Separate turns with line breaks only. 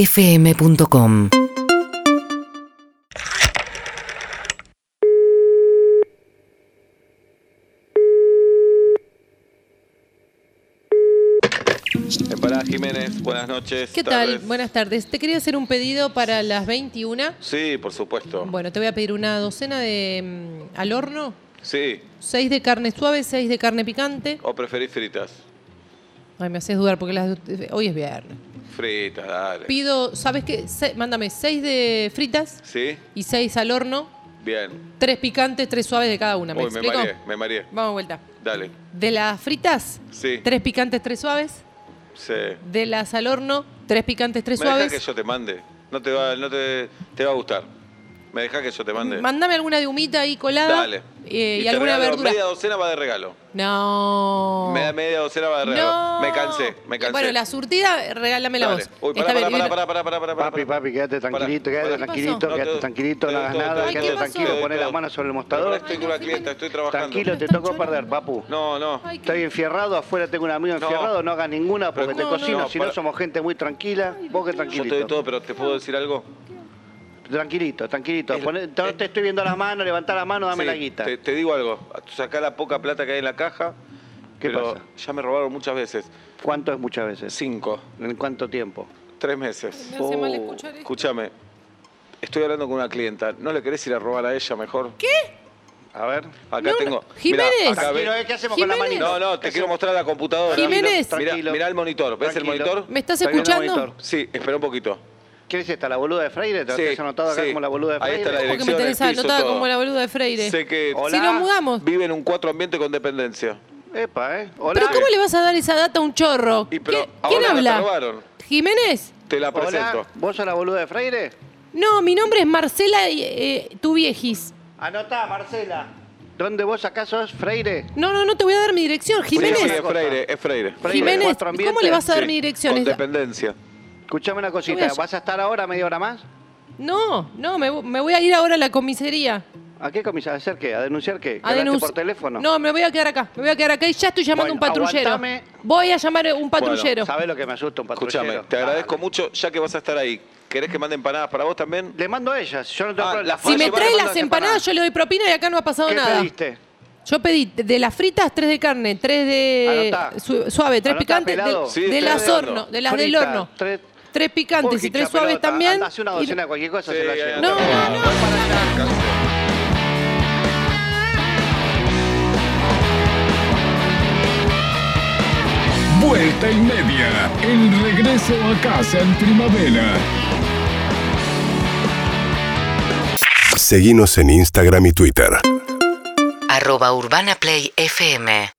urbanaplayfm.com
Pará, Jiménez, buenas noches.
¿Qué
tardes.
tal? Buenas tardes. Te quería hacer un pedido para las 21.
Sí, por supuesto.
Bueno, te voy a pedir una docena de mm, al horno,
Sí,
seis de carne suave, seis de carne picante.
o preferís fritas.
Ay, me haces dudar porque las, eh, hoy es viernes.
Fritas, dale.
Pido, ¿sabes qué? Se- mándame seis de fritas
¿Sí?
y seis al horno,
Bien.
tres picantes, tres suaves de cada una. ¿Me
Uy, me
explico?
mareé, me mareé.
Vamos de vuelta.
Dale.
De las fritas,
Sí.
tres picantes, tres suaves.
Sí.
De las al horno, tres picantes, tres
¿Me dejás
suaves.
que yo te mande? No te va, no te, te va a gustar. ¿Me dejás que yo te mande?
Mándame alguna de humita ahí colada.
Dale.
eh, y,
te
alguna
regalo
verdura.
Media docena va de regalo.
No.
Me da media docena va de regalo.
No. Eh,
Me cansé, me cansé.
Bueno, la surtida, regálame la
Dale.
voz.
Uy, pará, pará, pará, pará, pará, pará, pará,
Papi, papi, quédate tranquilito,
Pará,
quédate
pará.
tranquilito,
¿Qué pasó?
quédate
No, te-
tranquilito,
te
no
doy
hagas
todo,
nada,
te doy
quédate
todo, te
tranquilo,
doy
poné
todo.
las manos sobre el
Pero pará,
mostrador.
estoy con una clienta, estoy trabajando.
Tranquilo, te
Están
tocó
llorando.
perder, papu.
No, no.
Ay,
Estoy enfierrado, afuera tengo un amigo
No.
enfierrado, no, hagas ninguna porque
Pero-
te
No,
cocino,
no,
si no
para-
somos gente muy tranquila, vos que
Yo te doy
tranquilito.
todo, pero ¿te puedo decir algo?
Tranquilito, tranquilito.
Es-
Poné- no
es-
te estoy viendo las manos, levantá la mano, dame
Sí,
la guita.
Te, te digo algo, sacá la poca plata que hay en la caja,
¿Qué
pero
pasa?
ya me robaron muchas veces.
¿Cuánto es muchas veces?
Cinco,
¿En cuánto tiempo?
tres meses.
Me hace mal
Oh,
escuchar esto.
Escúchame, estoy hablando con una clienta. ¿No le querés ir a robar a ella mejor? ¿Qué?
A ver.
Acá
No,
tengo.
Jiménez.
Mirá, acá
Tranquilo,
ve-
eh, ¿qué hacemos con la
Jiménez.
manito?
No, no, te quiero mostrar la computadora.
Jiménez.
Mirá, mirá el monitor. ¿Ves el
Tranquilo.
monitor?
¿Me estás
Estoy viendo el
escuchando?
monitor.
Sí, espera un poquito.
¿Qué es esta, la boluda de Freire? ¿Te
Sí,
lo has anotado acá
sí.
como la boluda de
Ahí
Freire?
está la
Porque me
dirección,
tenés
el piso,
anotada
todo.
como la boluda de Freire.
Sé que
Hola.
Si nos mudamos.
vive en un cuatro ambiente con dependencia.
Epa, ¿eh? Hola.
Pero ¿cómo le vas a dar esa data a un chorro?
Y pero
¿Qué- ¿Quién
ahora me la
habla?
robaron.
¿Jiménez?
Te la presento.
Hola, ¿vos sos la boluda de Freire?
No, mi nombre es Marcela eh, Tu Viejis.
Anotá, Marcela. ¿Dónde vos acá sos, Freire?
No, no, no te voy a dar mi dirección. Jiménez.
Sí, sí, es Freire, es Freire.
Freire,
Jiménez,
cuatro ambientes.
¿cómo le vas a dar
Sí,
mi dirección?
Con
Es-
dependencia.
Escuchame una
Voy
cosita,
a-
¿vas a estar ahora media hora más?
No, no, me, vo- me voy a ir ahora a la comisaría.
¿A qué comisaría? ¿A hacer qué? ¿A denunciar qué? ¿Que
A
hablaste
denunci-
por teléfono?
No, me voy a quedar acá. Me voy a quedar acá y ya estoy llamando a un
Bueno,
patrullero.
aguantame.
Voy a llamar a un patrullero.
¿Sabés lo que me asusta un patrullero?
Escúchame, te
Dale.
agradezco mucho, ya que vas a estar ahí. ¿Querés que mande empanadas para vos también?
Le mando a ella, si yo no tengo
Ah,
problema.
la-
si
Bueno,
me
llevar
trae
mandas
las
de empanada.
empanadas, yo le doy propina y acá no ha pasado
¿Qué
nada.
pediste?
Yo pedí de las fritas tres de carne, tres de
Anotá.
su- suave, tres
Anotá,
picantes,
pelado.
de,
Sí,
de
estoy
las
anotando.
horno, de las
Frita,
del horno, tres,
Tres...
picantes
Uy,
y tres
hincha
suaves
pelota,
también.
anda, Hace una
Y-
docena de cualquier cosa,
Sí, eh,
se la
ahí
lleva.
anda.
No, no, no.
Vuelta y media, el regreso a casa en primavera.
Seguinos en Instagram y Twitter.
arroba urbanaplayfm